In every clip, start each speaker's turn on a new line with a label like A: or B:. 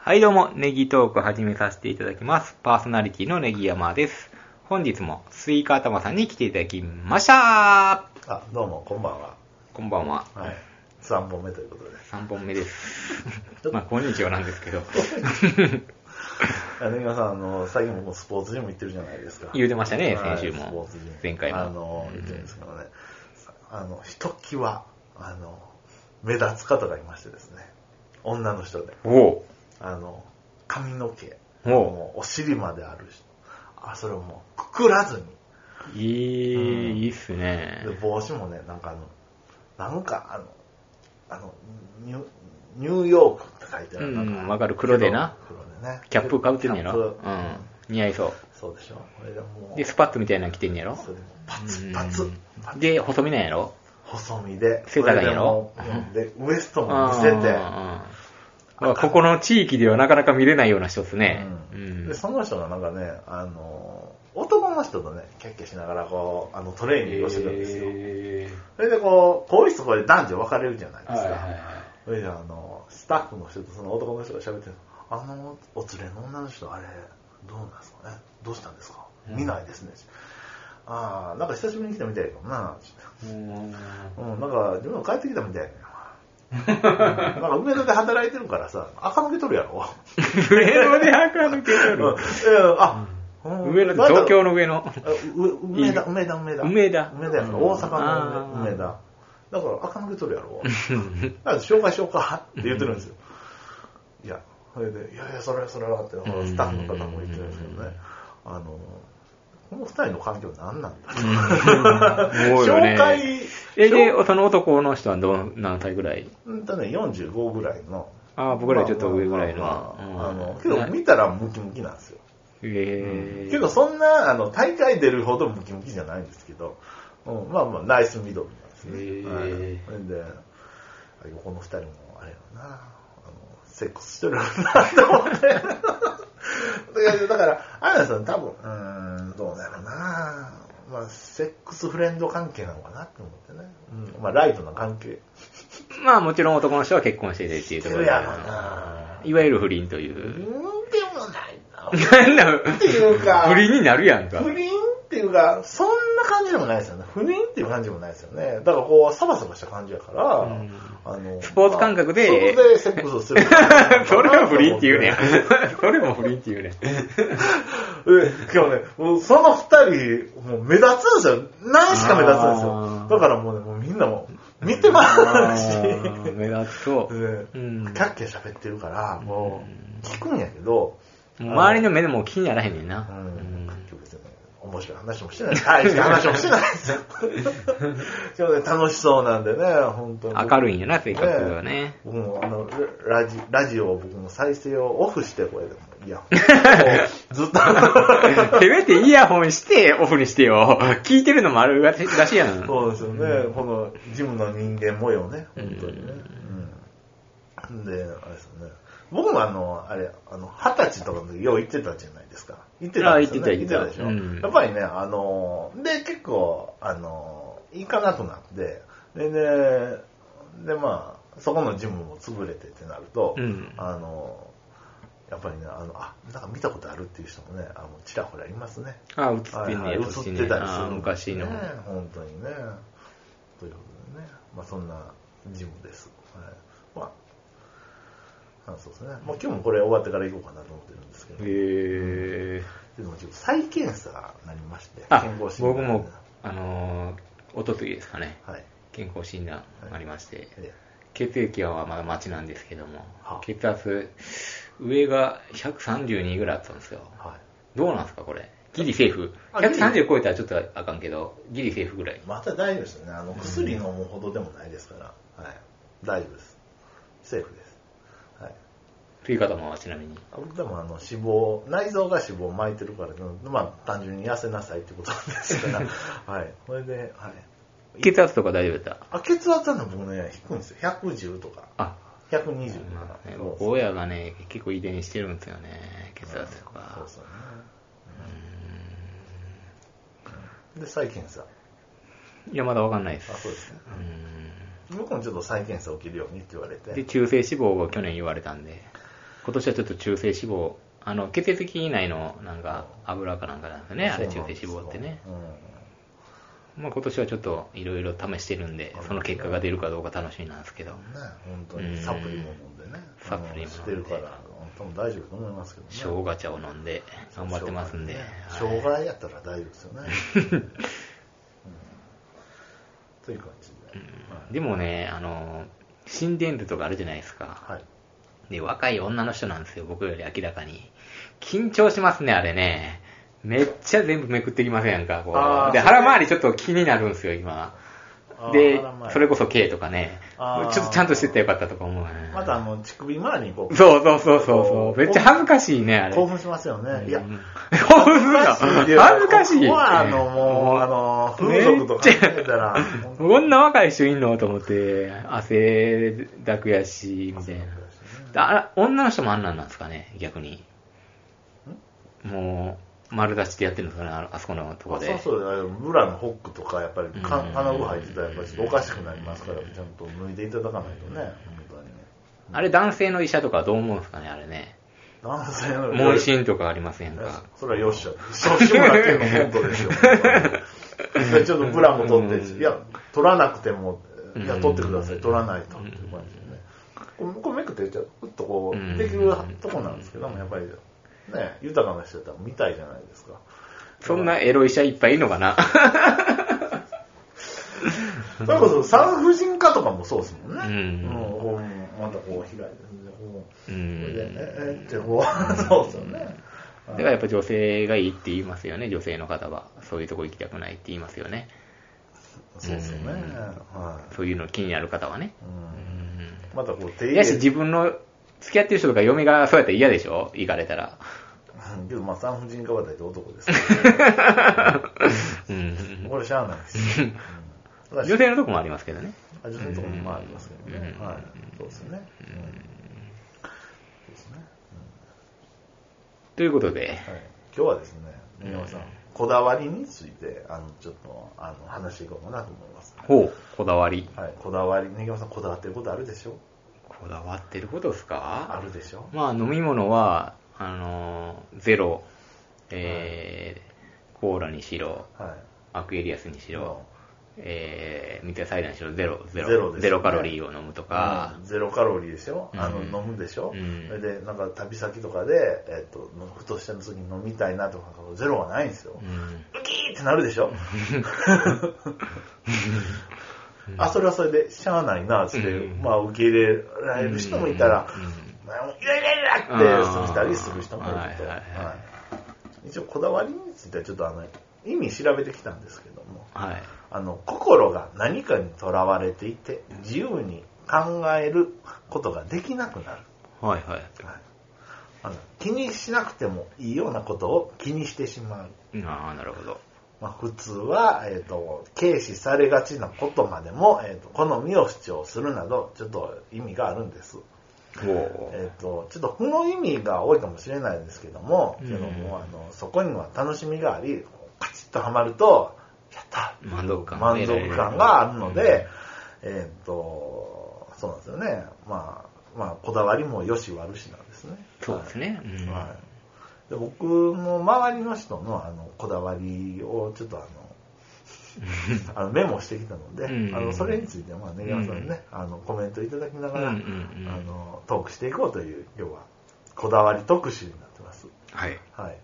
A: はいどうも、ネギトーク始めさせていただきます。パーソナリティのネギ山です。本日もスイカ頭さんに来ていただきました
B: あ、どうも、こんばんは。
A: こんばんは。
B: はい。3本目ということで。
A: 3本目です。 まあ、こんにちはなんです けど、
B: あの、皆さん、あの、最近もスポーツジム行ってるじゃないですか。
A: 言うてましたね、
B: はい
A: 先週
B: スポー
A: も
B: ツジム。
A: 前回も。
B: あの、
A: う
B: 言
A: ん
B: ってるんですけどね。あの、ひときわ、あの、目立つ方がいましてですね。女の人で。
A: おう
B: あの、髪の毛。
A: おう
B: もうお尻まである人。あ、それをもう、くくらずに。
A: いい、
B: うん
A: いいっすね
B: で。帽子もね、なんかあの、なんかあの、あの、ニュニューヨークって書いてある。
A: うん
B: なん
A: わかる黒でな。
B: 黒でね。
A: キャップかぶってんねや
B: キャッ
A: ろ
B: プ
A: うん。似合いそ
B: そうでしょ。これでも
A: う。
B: う、
A: で、スパッツみたいなの着てんねやろ
B: それでもパツパツ。パ
A: う
B: ツ
A: んで、細身なんやろ
B: 細身で、
A: 背高いやろ
B: それでもううんで、ウエストも見せて、
A: あーまあここの地域ではなかなか見れないような人ですね。う
B: うん
A: ん
B: で、その人がなんかね、あの、男の人とね、キャッキャしながらこう、あの、トレーニングをしてるんですよ。
A: へ
B: それでこう、更衣室とかで男女分かれるじゃない
A: ー
B: ですか。
A: はいはいはい
B: それであの、スタッフの人とその男の人が喋ってるあの、お連れの女の人、あれ、どうなんですかねどうしたんですか
A: うん
B: 見ないですね。ああ、なんか久しぶりに来たみたいやけどな、つって
A: うー
B: うん、なんか、自分帰ってきたみたい やな。うんなんか、梅田で働いてるからさ、垢抜けとるやろ。
A: ん上野で垢抜け
B: う
A: と
B: ん、
A: る。
B: いやあ、うん
A: 上野、東京。の上の。
B: あう梅田、梅田、梅田。
A: 梅田
B: 梅田やから、
A: うん
B: 大阪の梅
A: あー
B: 梅田。だから、垢抜けとるや ろ。だから、紹介しようかって言ってるんですよ。いや、それで、いやいや、それはそれはって、
A: ん
B: スタッフの方も言ってるんですけどね。あの、この二人の環境何なんだ
A: もうよね
B: 紹介、
A: え、で、その男の人はどう何歳ぐらい
B: うんとね、45ぐらいの。
A: ああ僕らよりちょっと上ぐらいの
B: まあまあまあ
A: うん
B: あの、けど見たらムキムキなんですよ。
A: えー
B: けどそんな、あの、大会出るほどムキムキじゃないんですけど、うん、まあまあ、ナイスミドルなんですね。
A: へー
B: はいそれで、あ横の二人も、あれやな、あの、セックスしてるなと思って。 だからだから、あれなんですよ、多分、うーん、どうだろうな。まあ、セックスフレンド関係なのかなって思ってね。うん、まあ、ライトな関係。
A: まあもちろん男の人は結婚しててっていうところで
B: してるやろない
A: わゆる不倫というう。
B: ん、でもな
A: な
B: いな。
A: んだろう
B: っていう か、
A: 不倫になるやんか。
B: 不倫っていうか、そんな感じでもないですよね。不倫っていう感じでもないですよね。だからこう、サバサバした感じやから、
A: うん
B: あの、
A: スポーツ感覚で
B: まあそこでセックスをする。
A: それは不倫って言うねん。それも不倫って言うねん。
B: え今日ね、もうその二人、もう目立つんですよ。何しか目立つんで
A: あ
B: すよ
A: ー。
B: だからもうね、もうみんなもう見てますし、
A: あー目立つそう。
B: で
A: うん
B: キャッキャ喋ってるから、もう、聞くんやけど、
A: もう周りの目でも気にならへんねんな。
B: うん別に面白い話もしてない。大した話もしてないですよ。今日ね、楽しそうなんでね、本当に。
A: 明るいんやな、性格がね。
B: 僕もあのラジ、ラジオを僕も再生をオフして、これでも。いや、もうずっと。
A: せめてイヤホンして、オフにしてよ。聞いてるのもあるらしいやん。
B: そうですよね、このジムの人間模様ね、本当にね。うん、で、あれですよね。僕もあの、あれ、あの、二十歳とかの時、よう行ってたじゃないですか。行ってたん
A: あ
B: ですよ、ね。
A: 行ってた行
B: 行
A: っ
B: ってて
A: た
B: たでしょ。
A: うん
B: やっぱりね、あの、で、結構、あの、行かなくなって、で、で、で、まあ、そこのジムも潰れてってなると、
A: うん
B: あの、やっぱりね、あの、あ、なんか見たことあるっていう人もね、あの、ちらほらいますね。
A: あ、映ってんねや、
B: 映
A: そち
B: っ
A: ね
B: てたりす
A: あ
B: る
A: ー昔の
B: ね。本当にねということでねまあそんなジムです、はい、まああそうですね、まあ、今日もこれ終わってから行こうかなと思ってるんですけど、
A: へー。
B: でもちょっと再検査がなりまして
A: あ
B: 健康、診断
A: 僕も、あのー、おとついですかね。
B: はい
A: 健康診断ありまして。
B: え
A: 血液はまだ待ちなんですけども
B: はあ、
A: 血圧、上が132ぐらいあったんですよ。
B: えはい
A: どうなんですか、これ。ギリセーフ。
B: あギリ
A: 130超えたらちょっとあかんけど、ギリセーフぐらい。
B: また大丈夫ですよねあの薬飲むほどでもないですから、はい大丈夫ですセーフですはい
A: という方もはちなみに。
B: あ僕でもあの脂肪、内臓が脂肪を巻いてるから、まあ単純に痩せなさいってことなんですか ら、はい。これで、はい。
A: 血圧とか大丈夫だった
B: あ血圧はね、僕ね、低いんですよ。110とか、
A: あ、
B: 120と
A: ま
B: か。
A: あね、
B: そう
A: 僕、親がね、結構遺伝してるんですよね、血
B: そう
A: 圧と
B: そ
A: か
B: う。そうね。で、再検査。
A: いや、まだわかんないです
B: あ、。そうですね。
A: うん
B: 僕もちょっと再検査を受けるようにって言われ
A: で、
B: て。
A: 中性脂肪を去年言われたんで。今年はちょっと中性脂肪、あの、血液以内の、なんか、油かなんかなんですよね、あれ中性脂肪ってね。
B: うん
A: まあ今年はちょっといろいろ試してるんで、その結果が出るかどうか楽しみなんですけど。
B: ね、本当にサプリも飲んでね、
A: サプリも飲んで
B: うんしてるから、多分大丈夫だと思いますけどね。
A: 生姜茶を飲んで頑張ってますんで。
B: 生
A: はい
B: 姜やったら大丈夫ですよね。うんという感じで。
A: でもね、あの、心電図とかあるじゃないですか。
B: はい。
A: で、若い女の人なんですよ、僕より明らかに。緊張しますね、あれね。めっちゃ全部めくってきませんやんか、こ
B: あ
A: う。
B: ー
A: で、
B: それ
A: 腹回りちょっと気になるんですよ、今。
B: あー
A: で
B: 腹回、り
A: それこそ K とかね。ち
B: あ
A: ょ
B: ー
A: っとちゃんとしてったらよかったとか思うね。
B: またあの、乳首周りにこう、
A: そうそうそうそうそう。めっちゃ恥ずかしいね、あれ。
B: 興奮しますよね。いや
A: う、ん興奮するな。恥ずかしい。
B: ここはあの、もう、あの、風俗とか
A: めっちゃ
B: 見てたら、本当に
A: こんな若い人いんのと思って、汗だくやし、みたいな。あら、女の人もあんなんなんですかね、逆に。もう、丸出しでやってるんですかね、ああそこのとこ
B: まあ
A: で。
B: そうそうあのブラのホックとか、やっぱり、か
A: うん
B: 金具入ってたら、やっぱりちょっとおかしくなりますから、ちゃんと脱いでいただかないとね、本当にね。
A: あれ、男性の医者とかはどう思うんですかね、あれね。
B: 男性の
A: 問診とかありません
B: ね
A: か。
B: それはよっしゃ。そうしてもらってるの本 当ですよ。でちょっとブラも取って、
A: うん
B: いや、取らなくても、いや、
A: うん
B: 取ってください、取らないと。っていう感じでね。こうこうめくって、ちょっとこ
A: うん
B: う、できるとこなんですけども、やっぱり、ね、豊かな人だったら見たいじゃないですか。
A: そんなエロ医者いっぱいいるのか な。
B: それこそ産婦人科とかもそうですもんね。
A: うん
B: うんこうまたこう開いて、こう、
A: う
B: これで、
A: ん。
B: え、えってこう、 そうですよね。
A: だからやっぱ女性がいいって言いますよね、女性の方は。そういうとこ行きたくないって言いますよね。
B: そうですよね。
A: うん
B: は
A: そういうの気になる方はね。
B: い。うん
A: うん
B: またこう、手入
A: いや
B: れ
A: し、自分の付き合ってる人とか嫁がそうやったら嫌でしょ行かれたら。
B: うんけど、まあ、産婦人科は大体男です から
A: うん。
B: これしゃあな いですよ。うん
A: 女性のとこもありますけどね。
B: あ女性のところもまあありますけどね。
A: うん
B: はい。そうですよね。うんそうですね。
A: ということで、
B: はい。今日はですね、宮本さん、こだわりについて、あの、ちょっと、あの、話していこうかなと思います。
A: ほう、こだわり。
B: はい。こだわり、宮本さん、こだわってることあるでしょ
A: こだわってることです
B: あ
A: か
B: るでしょ
A: まあ、飲み物は、あのーゼロ、えー、コーラにしろ、
B: は
A: アクエリアスにし
B: い。
A: ろ、えー、三ツ矢サイダーにしろ、ゼロ、ゼロ、
B: ゼロですね
A: ゼロカロリーを飲むとか
B: うん、ゼロカロリーでしょ、あの
A: うん
B: 飲むでしょ、
A: うん
B: それでなんか旅先とかで、えっとふとした時に飲みたいなとかゼロはないんですよ、
A: うん
B: ウキーってなるでしょあ、それはそれで、しゃあないな、つって、
A: うん
B: まあ、受け入れられる人もいたら、
A: うん
B: まあイライライラってする人ありする人もいると、
A: あーはいはいはい
B: はい一応、こだわりについてはちょっとあの、意味調べてきたんですけども、
A: はい。
B: あの、心が何かにとらわれていて、自由に考えることができなくなる。
A: はいはい。
B: はいあの気にしなくてもいいようなことを気にしてしまう。
A: ああ、なるほど。
B: まあ、普通は、えっ、と、軽視されがちなことまでも、えっ、と、好みを主張するなど、ちょっと意味があるんです。
A: ほう。
B: えっ、と、ちょっと負の意味が多いかもしれないですけども、
A: うん
B: けども、あの、そこには楽しみがあり、こうカチッとはまると、やった
A: 満足感
B: 満足感があるので、えっ、と、そうなんですよね。まあ、まあ、こだわりも良し悪しなんですね。
A: そうですね。うん
B: はい、で僕の周りの人のあのこだわりをちょ っとあのあのメモしてきたので、
A: うん
B: あのそれについてまあ根際さんね、あのコメントいただきながら、
A: うんうんうん
B: あのトークしていこうという要はこだわり特集になってます
A: はい。
B: はい、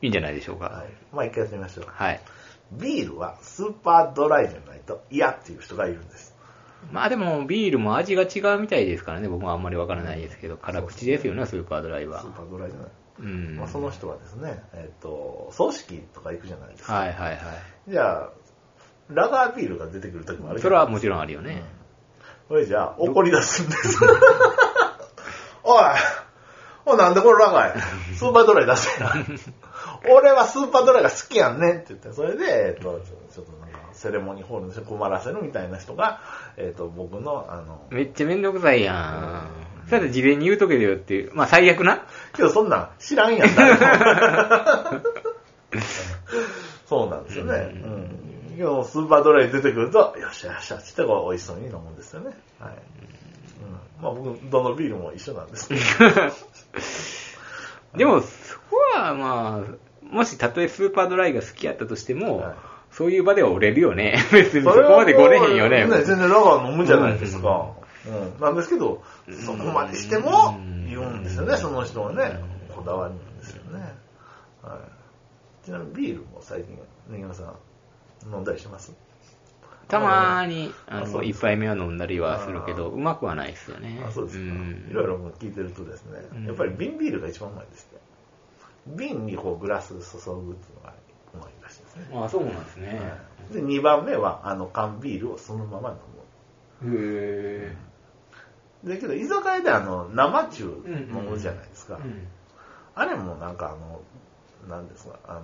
A: いいんじゃないでしょう
B: は
A: か。
B: い、まあ一回やってみましょう
A: はい。
B: ビールはスーパードライじゃないと嫌っていう人がいるんです
A: まあでも、ビールも味が違うみたいですからね、僕もあんまりわからないですけど、辛口ですよね、スーパードライ
B: ス
A: は
B: ー。パードライじゃない、
A: うん。
B: まあ、その人はですね、えっと葬式とか行くじゃないですか、
A: はいはい
B: じゃあ、ラガービールが出てくる時もあ
A: は
B: る
A: い。そ
B: けど
A: れはもちろんあるよね。
B: これじゃあ、怒り出すんです。 おい、おいなんでこれラガーや スーパードライ出せや。俺はスーパードライが好きやんねんって言って、それで、えっと、ちょっとなんか、セレモニーホールの人困らせるみたいな人が、えっと、僕の、あの、
A: めっちゃめんどくさいやん。そうやって事前に言うとけよっていう。まあ最悪 な。
B: けどそんなん知らんやん、誰 もそうなんですよね。うん。けど、スーパードライ出てくると、よっしゃよっしゃって言って、こう、美味しそうに飲むんですよね。はい。うんまあ僕、どのビールも一緒なんですけど。
A: でも、そこはまあ、もしたとえスーパードライが好きやったとしても、
B: はい
A: そういう場では折れるよ ね。別にそ
B: れは
A: こまで来れへんよね。
B: もう全然ラガー飲むじゃないですか。うん、なんですけど、そこまでしても
A: うん
B: 言うんですよね、その人はね。こだわりなんですよね。はい、ちなみにビールも最近、ね、皆さん飲んだりします
A: たまーに、
B: あ
A: あ
B: そ
A: の、
B: うで
A: 一
B: す
A: 杯目は飲んだりはするけど、
B: あ
A: うまくはないですよね。
B: あそうですか、
A: ん
B: いろいろ聞いてるとですね、
A: うん
B: やっぱり瓶ビールが一番うまいですね瓶にこうグラス注ぐっていうのがうまいらしいですね、
A: あ、そうなんですね。
B: はいで2番目はあの缶ビールをそのまま
A: へ
B: 飲
A: え。
B: むだけど居酒屋であの生中飲むじゃないですか、
A: うん
B: あれもなんかあのなんですかあの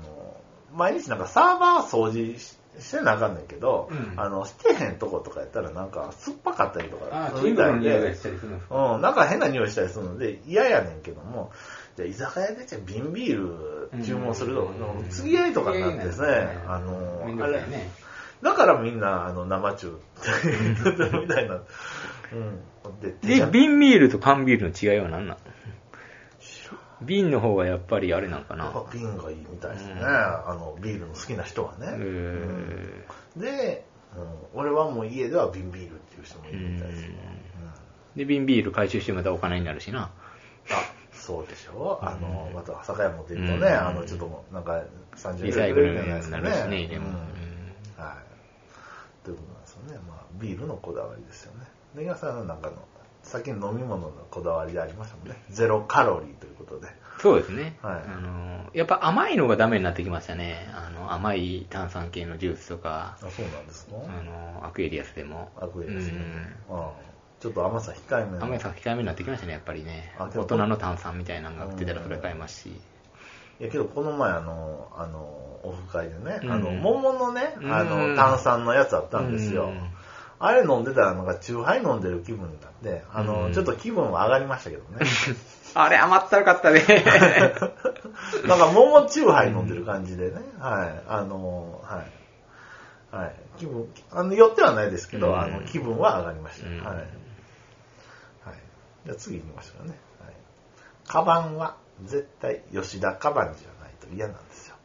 B: 毎日なんかサーバー掃除ししてなあかんねんけど、
A: うん
B: あのしてへんとことかやったらなんか酸っぱかったりとか
A: あ、
B: す
A: チー
B: るみ
A: ズ
B: た
A: の
B: い
A: 匂いが
B: で
A: したりするんですか
B: うん、なんか変な匂いしたりするので嫌やねんけども、じゃあ居酒屋でじゃあ瓶ビール注文すると、
A: うん
B: 釣り合いとかになってですね、あの
A: めん、ど
B: あ
A: く
B: れ
A: さい、ね。
B: だからみんなあの生中って、みたいな。うん。で、手
A: で、
B: じゃ
A: 瓶ビールと缶ビールの違いは何 なの
B: 知らん
A: 瓶の方がやっぱりあれなんか
B: やっ
A: な。
B: ぱ瓶がいいみたいですね、
A: うん
B: あの、ビールの好きな人はね。
A: へえ。
B: うんで、うん、俺はもう家では瓶ビールっていう人もいるみたいですよ。
A: うん
B: うん
A: で、瓶ビール回収してまたお金になるしな。
B: あそうでしょう、あの、また酒屋持っていくとね、
A: うん
B: あの、ちょっとなんか30
A: リ
B: 円
A: サイ
B: く
A: ク
B: れ
A: ル
B: るじゃないで
A: に
B: す
A: な
B: か
A: るしね、
B: ね。
A: で
B: うん
A: も。
B: はい。ということなんですよね。まあ、ビールのこだわりですよね。で、皆さんの中の、最近飲み物のこだわりでありましたもんね。ゼロカロリーということで。
A: そうですね。
B: はい
A: あのやっぱ甘いのがダメになってきましたね。あの甘い炭酸系のジュースとか、
B: あ、そうなんですか、
A: あのアクエリアスでも。
B: アクエリアスねあちょっと甘さ控えめ
A: うん
B: な。
A: 甘いさ控えめになってきましたね、やっぱりね。
B: あ
A: 大
B: でも
A: 人の炭酸みたいなのが売ってたらそれ買いますし。
B: いやけどこの前あの、あの、オフ会でね、
A: うん
B: あの、桃のね、あ
A: うん
B: の、炭酸のやつあったんですよ。
A: うん
B: あれ飲んでたらなんか、チューハイ飲んでる気分になって、あ
A: う
B: の、
A: ん
B: ちょっと気分は上がりましたけど ね。
A: あれ甘ったるかったね。
B: なんか、桃チューハイ飲んでる感じでね、はい、あの、はい。はい、気分、あの、寄ってはないですけど、
A: うん
B: あの、気分は上がりました。
A: うん
B: はい。はい。じゃあ次行きましょうね。はい。カバンは、絶対、吉田カバンじゃないと嫌なんですよ。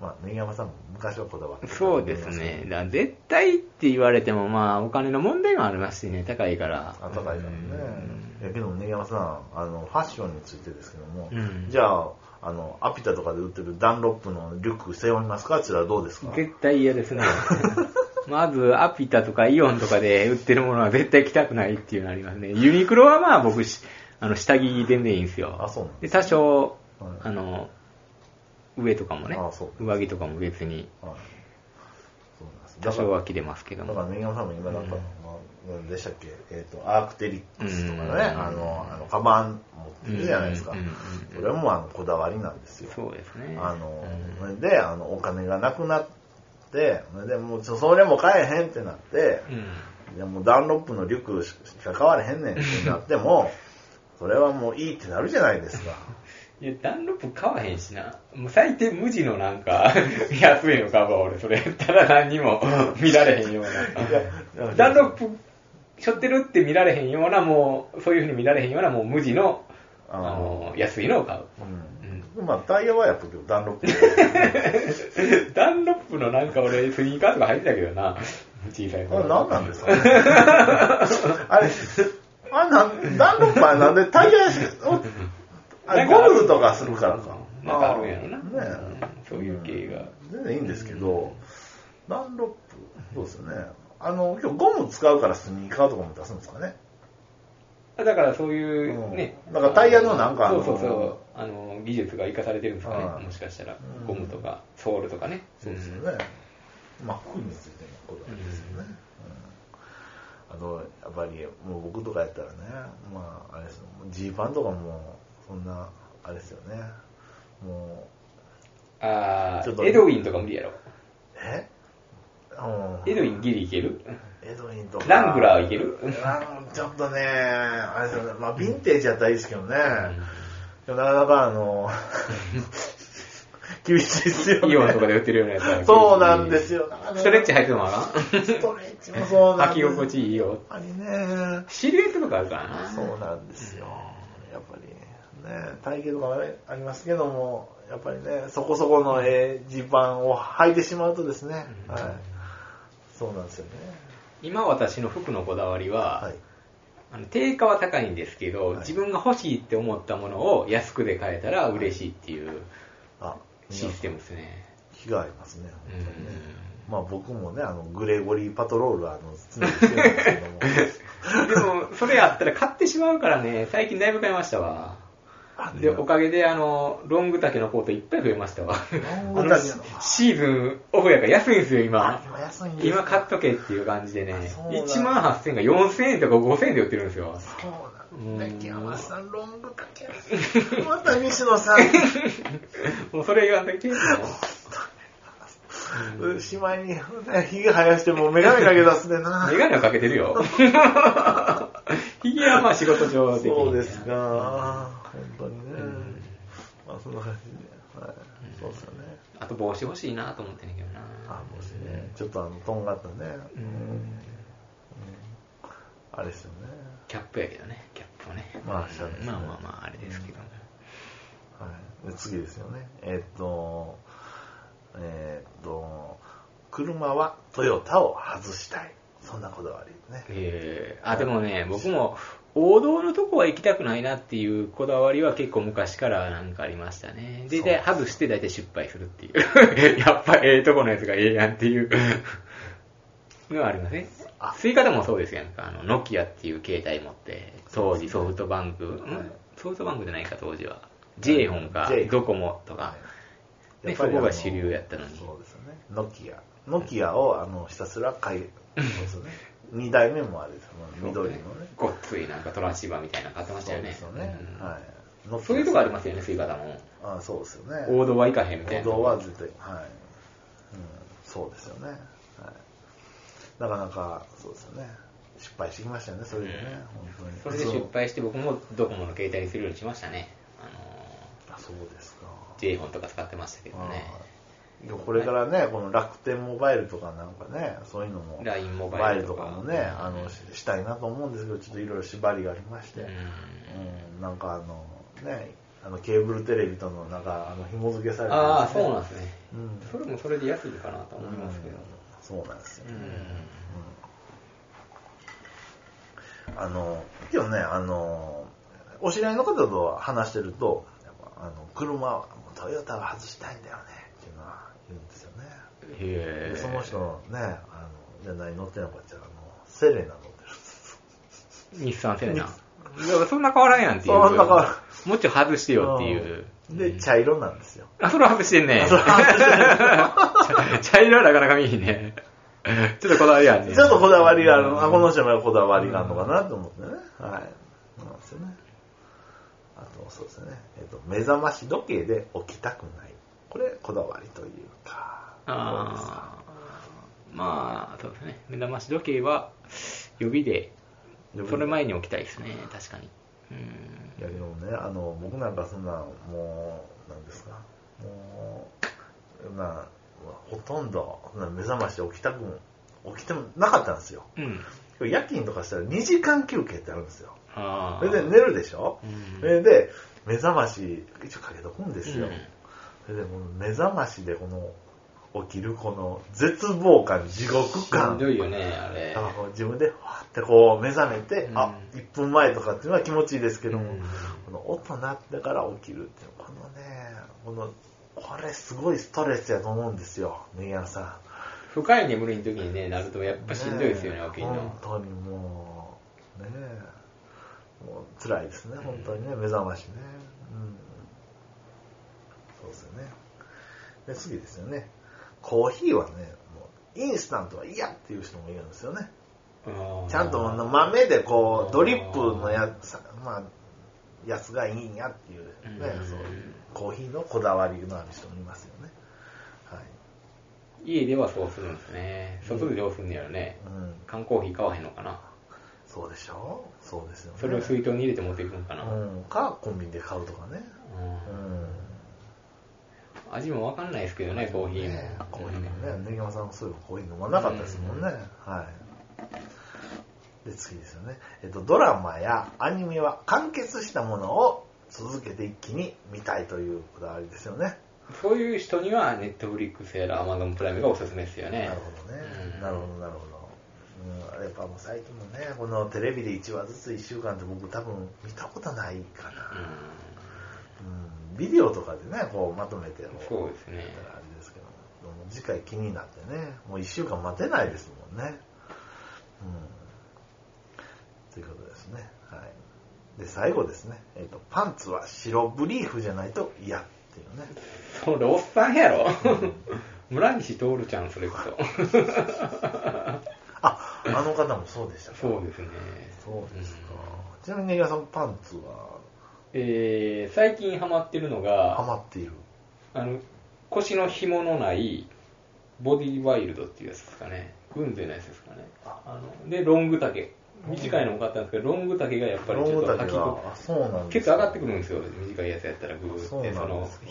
B: まあ、根山さんも昔はこだわってたと
A: そ
B: 思
A: う
B: いま
A: で
B: け
A: す
B: ど
A: ね。だから絶対って言われても、まあ、お金の問題もありますしね、高いから。
B: 暖かいからね
A: うん。
B: えけど、根山さん、あの、ファッションについてですけども、
A: うん
B: じゃあ、あの、アピタとかで売ってるダンロップのリュック背負いますかあちらはどうですか
A: 絶対嫌 ですね。まず、アピタとかイオンとかで売ってるものは絶対着たくないっていうのありますね。ユニクロはまあ僕し、あの、下着全然いいんですよ。
B: あそうなん
A: で、
B: で
A: 多少
B: はい、
A: あの、上とかもね
B: あそう、
A: 上着とかも別に、
B: はいそうなんです。
A: 多
B: だか
A: 少
B: ら、
A: は着れますけど
B: だか
A: も。
B: ら根山さんも今なんか、まあなんでしたっけ、えっ、と、アークテリックスとかね、
A: うん
B: あの、あの、カバン持ってるじゃないですか。
A: うんうんうん
B: それはもうあの、こだわりなんですよ。
A: そうですね。
B: あの、それで、あの、お金がなくなって、それでもう、ちょそれも買えへんってなって、
A: うん、うん
B: いやもうダンロップのリュックしか買われへんねんってなっ ても、それはもういいってなるじゃないですか。
A: いや、ダンロップ買わへんしな。もう最低無地のなんか、 安いの買うわ、俺。それやったら何にも 見られへんような。
B: や
A: ダンロップ背負ってるって見られへんような、もう、そういう風に見られへんような、もう無地の、あ
B: あー
A: の、安いのを買う。
B: うん。まあタイヤはやっぱりダンロップ。あ
A: ダンロップのなんか俺、スニーカーとか履いてたけどな。小さい
B: れ
A: 頃。
B: 何なんですかね。あれ、あれなんダンロップはなんでタイヤを、あれゴルフとかするからか。
A: なんかあるんやろな。
B: ね
A: うんそういう系が。
B: 全然いいんですけど、ダンロップ、そうですよね。あの、今日ゴム使うからスニーカーとかも出すんですかね。
A: だからそういうね、
B: うんなんかタイヤのなんかあ
A: そう
B: の
A: そうそう、あの技術が生かされてるんですか
B: は
A: ね、
B: い
A: もしかしたら
B: う、ん
A: ゴムとか、ソールとかね。
B: そうですよね。まあ、服についてのこだわりですよね。うんあと、やっぱり、もう僕とかやったらね、まあ、あれですよ、ジーパンとかも、そんな、あれですよね。も
A: あ
B: ちょっ
A: ー、
B: と
A: エドウィンとか無理やろ。
B: う、えうん
A: エドウィンギリいける
B: エドウィンとか。
A: ラングラーいける
B: ランちょっとね、あれですよね、まあ、ヴィンテージやったらいいですけどね。でもなかなかあの、 厳しいっすよね。
A: イオンとかで売ってるようなやつは
B: そうなんですよ。
A: ストレッチ入ってるのかな
B: ストレッチもそうなん
A: 履
B: です
A: き心地いいよ。
B: やっぱりね。
A: シルエットとかあるからな。
B: そうなんですよ。やっぱりね、体型とかもあれありますけども、やっぱりね、そこそこのえージーパンを履いてしまうとですね、
A: うん
B: はい。そうなんですよね。
A: 今私の服のこだわりは、
B: はい。
A: あの定価は高いんですけど、
B: はい
A: 自分が欲しいって思ったものを安くで買えたら嬉しいっていう
B: あ、
A: システムですね。
B: 気がありますね、本当にね
A: う
B: まあ僕もね、あの、グレゴリーパトロールは、あの、常にしてるんですけども、
A: でも、それやったら買ってしまうからね、最近だいぶ買いましたわ。
B: あ
A: で、おかげで、あの、ロング丈のコートいっぱい増えましたわ。
B: ン
A: あ
B: グ丈の
A: の、シシーズンオフやから安いんですよ、今。
B: 今安いんですよ
A: 今買っとけっていう感じでね、
B: あそうなんだ
A: 1万8000円が4000円とか5000円で売ってるんですよ。
B: そうなんだ
A: うん
B: ね。山さん、ロングかけ。また西野 さん。
A: もうそれ言わんといて。もう
B: しまいに、ね、ひげ生やしてもメガネかけ出すねんな
A: メ。ガネはかけてる よ。ヒゲはまあ仕事上的に
B: そうですか。本当にね
A: ん。
B: まあ、そんな感じで。はい。そうですよね。
A: あと帽子欲しいなと思ってんねんけどな。
B: あ、もしね、ちょっとあの、とんがったね。
A: う
B: うんんあれですよね。
A: キャップやけどね、キャップをね。
B: まあそうですね
A: まあまあまあ、あれですけども。
B: はい。で次ですよね。えっと、えっと、車はトヨタを外したい。そんなこだわりね。
A: えーあ、でもね、僕も王道のとこは行きたくないなっていうこだわりは結構昔からなんかありましたね。で、で
B: そう
A: 外して大体失敗するっていう。 やっぱええとこのやつがええやんっていうのはありますね
B: あ。
A: スイカでもそうですやんか。あの、ノキアっていう携帯持って、当時ソフトバンク、んソフトバンクじゃないか当時は。ジェイホンか
B: J-Hon、
A: ドコモとか。
B: はい
A: ね
B: やっぱり
A: そこが
B: あの
A: 主流やったのに
B: そうですよね。ノキア。ノキアを、あの、ひたすら買い、そうです よね。二代目もあれですよ。緑のね。
A: ごっついなんかトランシーバーみたいなの買ってましたよね。
B: そうですよね。
A: うん
B: はい。ノキア
A: そういうとこありますよね、スイカだも。
B: あそうですよね。
A: 王道はいかへんみたいな。
B: 王道は絶対、はい。うん、そうですよね。はい。なかなか、そうですよね。失敗してきましたよね、それでね。本当に。
A: それで失敗して僕もドコモの携帯にするようにしましたね。あの
B: そう。あそうですか。
A: ー、j フォンとか使ってましたけどね。
B: はいでもこれからね、この楽天モバイルとかなんかね、そういうのも、
A: LINE モバイルとか
B: モもね、あの、ししたいなと思うんですけど、ちょっといろいろ縛りがありまして、
A: う
B: うんん、なんかあの、ね、あのケーブルテレビとのなんか、あの、紐付けされてる、
A: ああ、そうなんですね。
B: うん
A: それもそれで安いかなと思いますけど。
B: うんそうなんですよ
A: う
B: ね。
A: ん。
B: うんあの、今日ね、あの、お知り合いの方と話してると、やっぱあの車は、もうトヨタは外したいんだよねっていうのは言うんですよね。
A: へえ
B: で。その人のね、あの、じゃあ何乗ってんのかって言ったら、あの、セレナ乗ってるんです
A: 日産セレナ。だからそんな変わらんやんっていう。
B: そんな変わら
A: もうちょい外してよっていう。
B: で、茶色なんですよ。
A: あ、それは外してんね。 茶色はなかなか見えへん ね。ちょっとこだわりあんね。
B: ちょっとこだわりがあるの、あ、この人もこだわりがあるのかなと思ってね。はい。そうなんですよね。あと、そうですね。えっと、目覚まし時計で起きたくない。これ、こだわりというか。どうですか
A: あーまあ、そうですね。目覚まし時計は予備で、
B: 予備で
A: それ前に置きたいですね、確かに。うん
B: いや、でもね、あの、僕なんかそんな、もう、なんですか。もう、まあ、ほとんど、そんな目覚ましで起きたくも、起きてもなかったんですよ。
A: うん。
B: 夜勤とかしたら2時間休憩ってあるんですよ。
A: あ
B: そ
A: あ。
B: れで寝るでしょ、
A: うん
B: それで目覚まし一応かけとくんですよ、
A: うん
B: それでもう目覚ましでこの起きるこの絶望感地獄
A: しん
B: 感
A: どいよね、あれ
B: あ。こう自分でわーってこう目覚めて、
A: うん
B: あ1分前とかっていうのは気持ちいいですけども、
A: うん
B: この音鳴ってから起きるっていうこのねこのこれすごいストレスやと思うんですよネイヤンさん
A: 深い眠りの時にね、なるとやっぱしんどいですよね、
B: え
A: 起きるの
B: 本。当にもう、ねえ、もう辛いですね、本当にね、目覚ましね。うん。そうですよね。で、次ですよね。コーヒーはね、もうインスタントは嫌っていう人もいるんですよね。
A: あー
B: ちゃんとあの豆でこ
A: あー
B: う、ドリップのやつ、まあ、やつがいいんやっていうね、
A: うん
B: そういうコーヒーのこだわりのある人もいますよね。はい。
A: 家ではそうするんですね。外でどうすんのやろね。
B: うん。
A: 缶コーヒー買わへんのかな。
B: そうでしょそうですよね。
A: それを水筒に入れて持っていくのかな。
B: うん、かコンビニで買うとかね、
A: うん
B: うん、
A: 味もわかんないですけどね、コーヒー
B: ね
A: も。
B: コーヒーもね、根際さんもそういえばコーヒー飲まなかったですもんね。はい。で、次ですよね。えっと、ドラマやアニメは完結したものを続けて一気に見たいというこだわりですよね。
A: そういう人には、ネットフリックスやらアマゾンプライムがおすすめですよね。
B: なるほどね
A: う。ん
B: なるほど、なるほど。うん、やっぱもう最近もね、このテレビで1話ずつ1週間って僕多分見たことないかな。うん、ビデオとかでね、こうまとめてこ
A: うんそうですね
B: だ。からあれですけども次回気になってねもう1週間待てないですもんねうんということですねはいで最後ですね、えっとパンツは白ブリーフじゃないと嫌っていうね
A: それおっさんやろ。 村西徹ちゃん、それこそ。
B: ああの方もそうでしたか
A: そうですね。
B: そうですか
A: うん
B: ちなみに根際さんパンツは
A: えー、最近ハマってるの
B: ハ
A: が、
B: マっている
A: あの、腰の紐のない、ボディワイルドっていうやつですかね。軍勢のやつですかね。
B: あ
A: あので、ロング丈。短いのも買ったんですけど、ロング丈がやっぱり
B: ロ
A: ち
B: ン
A: ょっ
B: グ
A: と
B: 丈
A: 履きこ
B: があそうなんで
A: 結
B: す
A: 構上がって
B: く
A: くるんですよ、短いやつやったらグー
B: そう
A: で、そ
B: なんで
A: の
B: す、か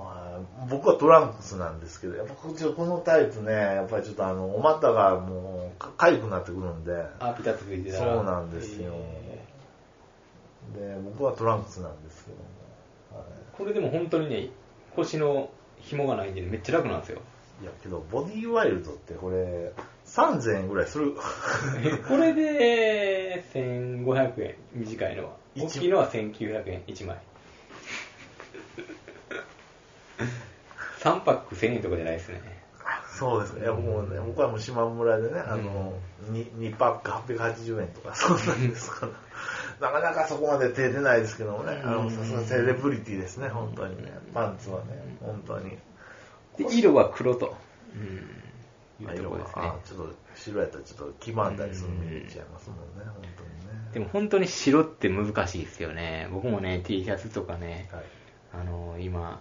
B: はい僕はトランクスなんですけど、やっぱこっちのこのタイプね、やっぱりちょっとあの、お股がもう、かかゆくなってくるんで、
A: あ、ピタッとついてたら。
B: そうなんですよ
A: え
B: で、僕はトランクスなんですけども、は
A: ーこれでも本当にね、腰の紐がないんで、めっちゃ楽なん ですよ。
B: い。いや、けど、ボディワイルドってこれ、3000円ぐらい する。
A: これで、1500円、短いのは。
B: 一
A: 大きいのは1900円、1枚。3パック1000円とかじゃないですね。
B: そうですね。いや、僕もね、僕はもう島村でね、あの、に 2, パック880円とか、そうなんですから。なかなかそこまで手出ないですけどもね、あ
A: う
B: の、
A: ん
B: さすがセレブリティですね、本当にね。パンツはね、本当に。
A: で、色は黒と。うん。いうとこですね
B: あ。ちょっと白やったらちょっと黄ばんだりするの見えちゃいますもんね、本当にね。
A: でも本当に白って難しいですよね。僕もね、T シャツとかね、
B: はい、
A: あのー今、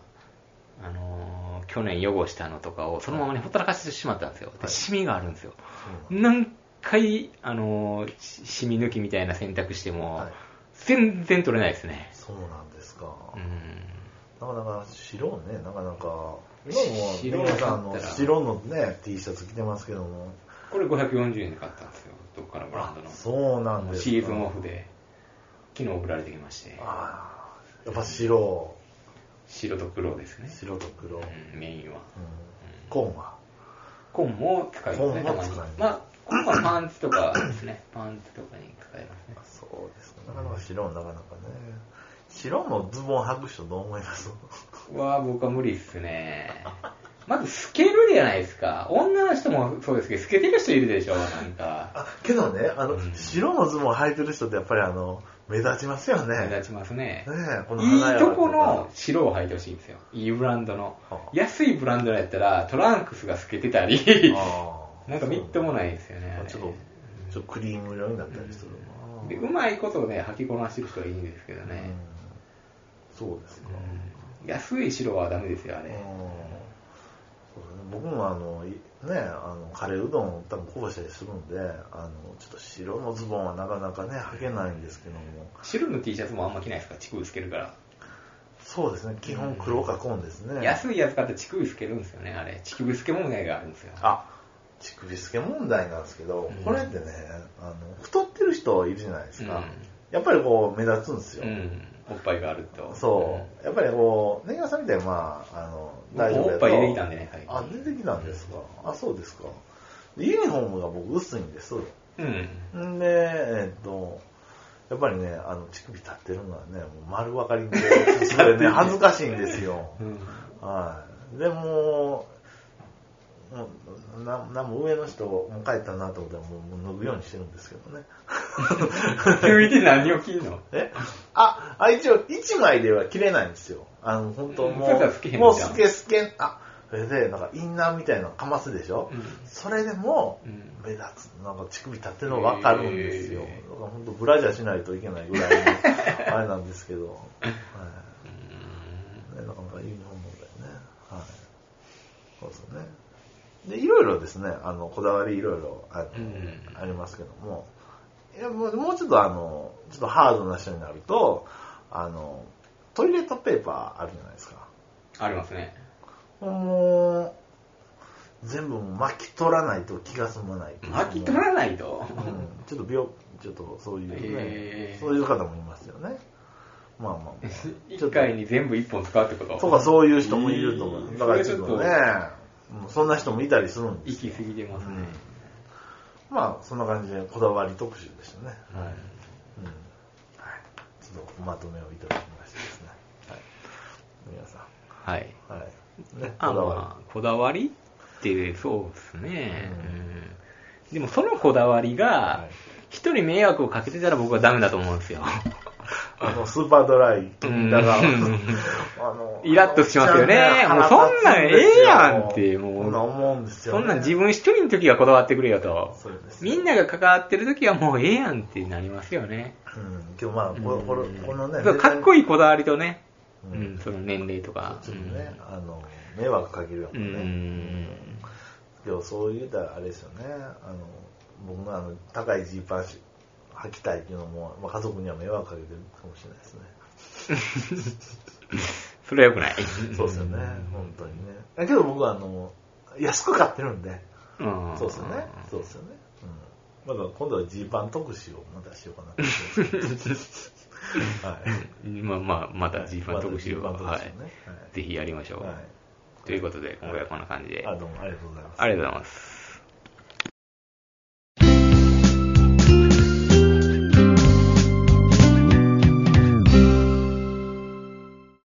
A: あのー去年汚したのとかをそのままにほったらかしてしまったんですよ。
B: は
A: で、
B: い
A: シミがあるんですよ。
B: そうなん
A: 何回、あのーしシミ抜きみたいな選択しても、
B: はい
A: 全然取れないですね。
B: そうなんですか。
A: うん。
B: なかなか白ね、なかなか。今
A: 白
B: もう、
A: だったら
B: 皆さんの白のね、T シャツ着てますけども。
A: これ540円で買ったんですよ。どっかのブランドの。
B: そうなんですか。
A: シーズンオフで、昨日送られてきまして、
B: ああ、やっぱ白、
A: 白と黒ですね。
B: 白と黒。うん
A: うん、メインは。
B: 紺は。
A: コンも使いますね、
B: コ
A: た
B: ンも
A: ま
B: 使
A: に
B: える。
A: まあ、コンはパンツとかですね。パンツとかに使えますね。
B: そうですか。なかなか白、なかなかね。白のズボン履く人どう思 います
A: うわあ僕は無理っすね。まず透けるじゃないですか。女の人もそうですけど、透けてる人いるでしょ、なんか。
B: あけどね、あの、
A: うん
B: 白のズボン履いてる人ってやっぱりあの、目立ちますよね。
A: 目立ちますね。
B: ねえこの
A: い
B: 花
A: い
B: 屋と
A: と
B: か
A: この白を履いてほしいんですよ。いいブランドの
B: はあ。
A: 安いブランドのやったら、トランクスが透けてたり、
B: あー
A: なんかみっともないですよね。あ
B: あ
A: れ
B: ちょっと、ちょっとクリーム色になったりするな、
A: でうまいことね、履きこなしてる人はいいんですけど
B: うん
A: ね。
B: そうですか。
A: うん安い白はダメですよ、あ
B: うん
A: れ。
B: そうですね僕もあの、いねえ、あの、カレーうどん多分こぼしたりするんで、あの、ちょっと白のズボンはなかなかね、履けないんですけども、
A: 白の T シャツもあんま着ないですか、乳首透けるから。
B: そうですね、基本黒か紺ですね。
A: 安いやつ買って乳首透けるんですよね、あれ。乳首透け問題があるんですよ。
B: あ乳首透け問題なんですけど、
A: うん
B: これってねあの太ってる人いるじゃないですか、
A: うん
B: やっぱりこう目立つんですよ、
A: うん。おっぱいがあると。
B: そうやっぱりこう根際さんみたいにまああの
A: うん。
B: 大丈夫
A: お
B: や
A: っ
B: と
A: ぱい出てきたんでね、最近
B: あ出てきたんですか、あそうですかでユニフォームが僕薄いんです
A: うん。
B: んでえっとやっぱりねあの乳首立ってるのはねもう丸分かりで それね恥ずかしいんですよ
A: うん。
B: はい。でもう、もうななんも上の人、もう帰ったなと思ってもう、もう脱ぐようにしてるんですけ どね。
A: 急に何を着んの
B: えあ、あ、一応、一枚では切れないんですよ。あの、本当
A: うん
B: も
A: それから透けへん
B: う、
A: の
B: もう
A: じゃん
B: スケスケ、あ、それで、なんかインナーみたいなのかますでしょ、
A: うん
B: それでも
A: う、ん
B: 目立つ、なんか乳首立ってるの分かるんですよ。だ
A: へえ
B: から本当ブラジャーしないといけないぐらいの、あれなんです けど。はいね、なかなかいい本物だよね。はい。そうですよね。で、いろいろですね、あの、こだわりいろいろあ,、
A: うん
B: ありますけども、いやもうもうちょっとあの、ちょっとハードな人になると、あの、トイレットペーパーあるじゃないですか。
A: ありますね。
B: もう、全部もう巻き取らないと気が済まない。
A: 巻き取らないと。
B: うんちょっと病、ちょっとそういうね、
A: へー
B: そういう方もいますよね。まあまあまあちょ
A: 一
B: っと
A: 回に全部一本使うってこと
B: とかそういう人もいると思
A: えー
B: う。だからちょっと
A: そ
B: ね
A: れちょっ、
B: うんそんな人もいたりするんで
A: 行
B: す
A: き
B: よ。
A: 過ぎてますね。
B: うんまあ、そんな感じでこだわり特集でしたね。
A: はい
B: うんはい、ちょっとおまとめをいただきましてですね。はい、皆さ
A: はい。
B: ん、はい、ね、
A: あ
B: こだわ
A: まあこだわりって、そうですね、
B: うん
A: うんでもそのこだわり
B: は
A: が
B: い、
A: 一人迷惑をかけてたら僕はダメだと思うんですよ。
B: り。あの、スーパードライ、
A: うん
B: だが、あ
A: うん
B: の、
A: イラッとしますよね
B: あの
A: もうそんなんええやんってもう
B: そんな思うんですよ、
A: そ
B: ね。
A: んなん自分一人の時はこだわってくれよと。
B: そうです
A: みんなが関わってる時はもうええやんってなりますよね。
B: うん、今日まあ、こ
A: うん
B: これこのね、
A: そうかっこ
B: いい。
A: いいこだわりとね、
B: う
A: うんん、その年齢とか。
B: ちょっとね、あの、迷惑かけるよ
A: うん
B: ね。
A: うん。
B: でもそう言うたらあれですよね、あの僕があの高いジーパンし履きたいっていうのも、まあ、家族には迷惑かけてるかもしれないですね。
A: それは良くない。
B: そうですよね、本当にね。だけど僕はあの安く買ってるんで、
A: うん。
B: そうですよね、そうですよね。うん、だから今度はジーパン特集をまたしようかなと思ってます。はい。
A: まあまあ、またジーパン特集は、
B: また
A: は
B: ジ
A: い
B: ーパン特集ね。
A: ぜひやりましょう。
B: はい。はい
A: ということで、今回はこんな感じで。
B: あ、どうもありがとうございます。
A: ありがとうございます。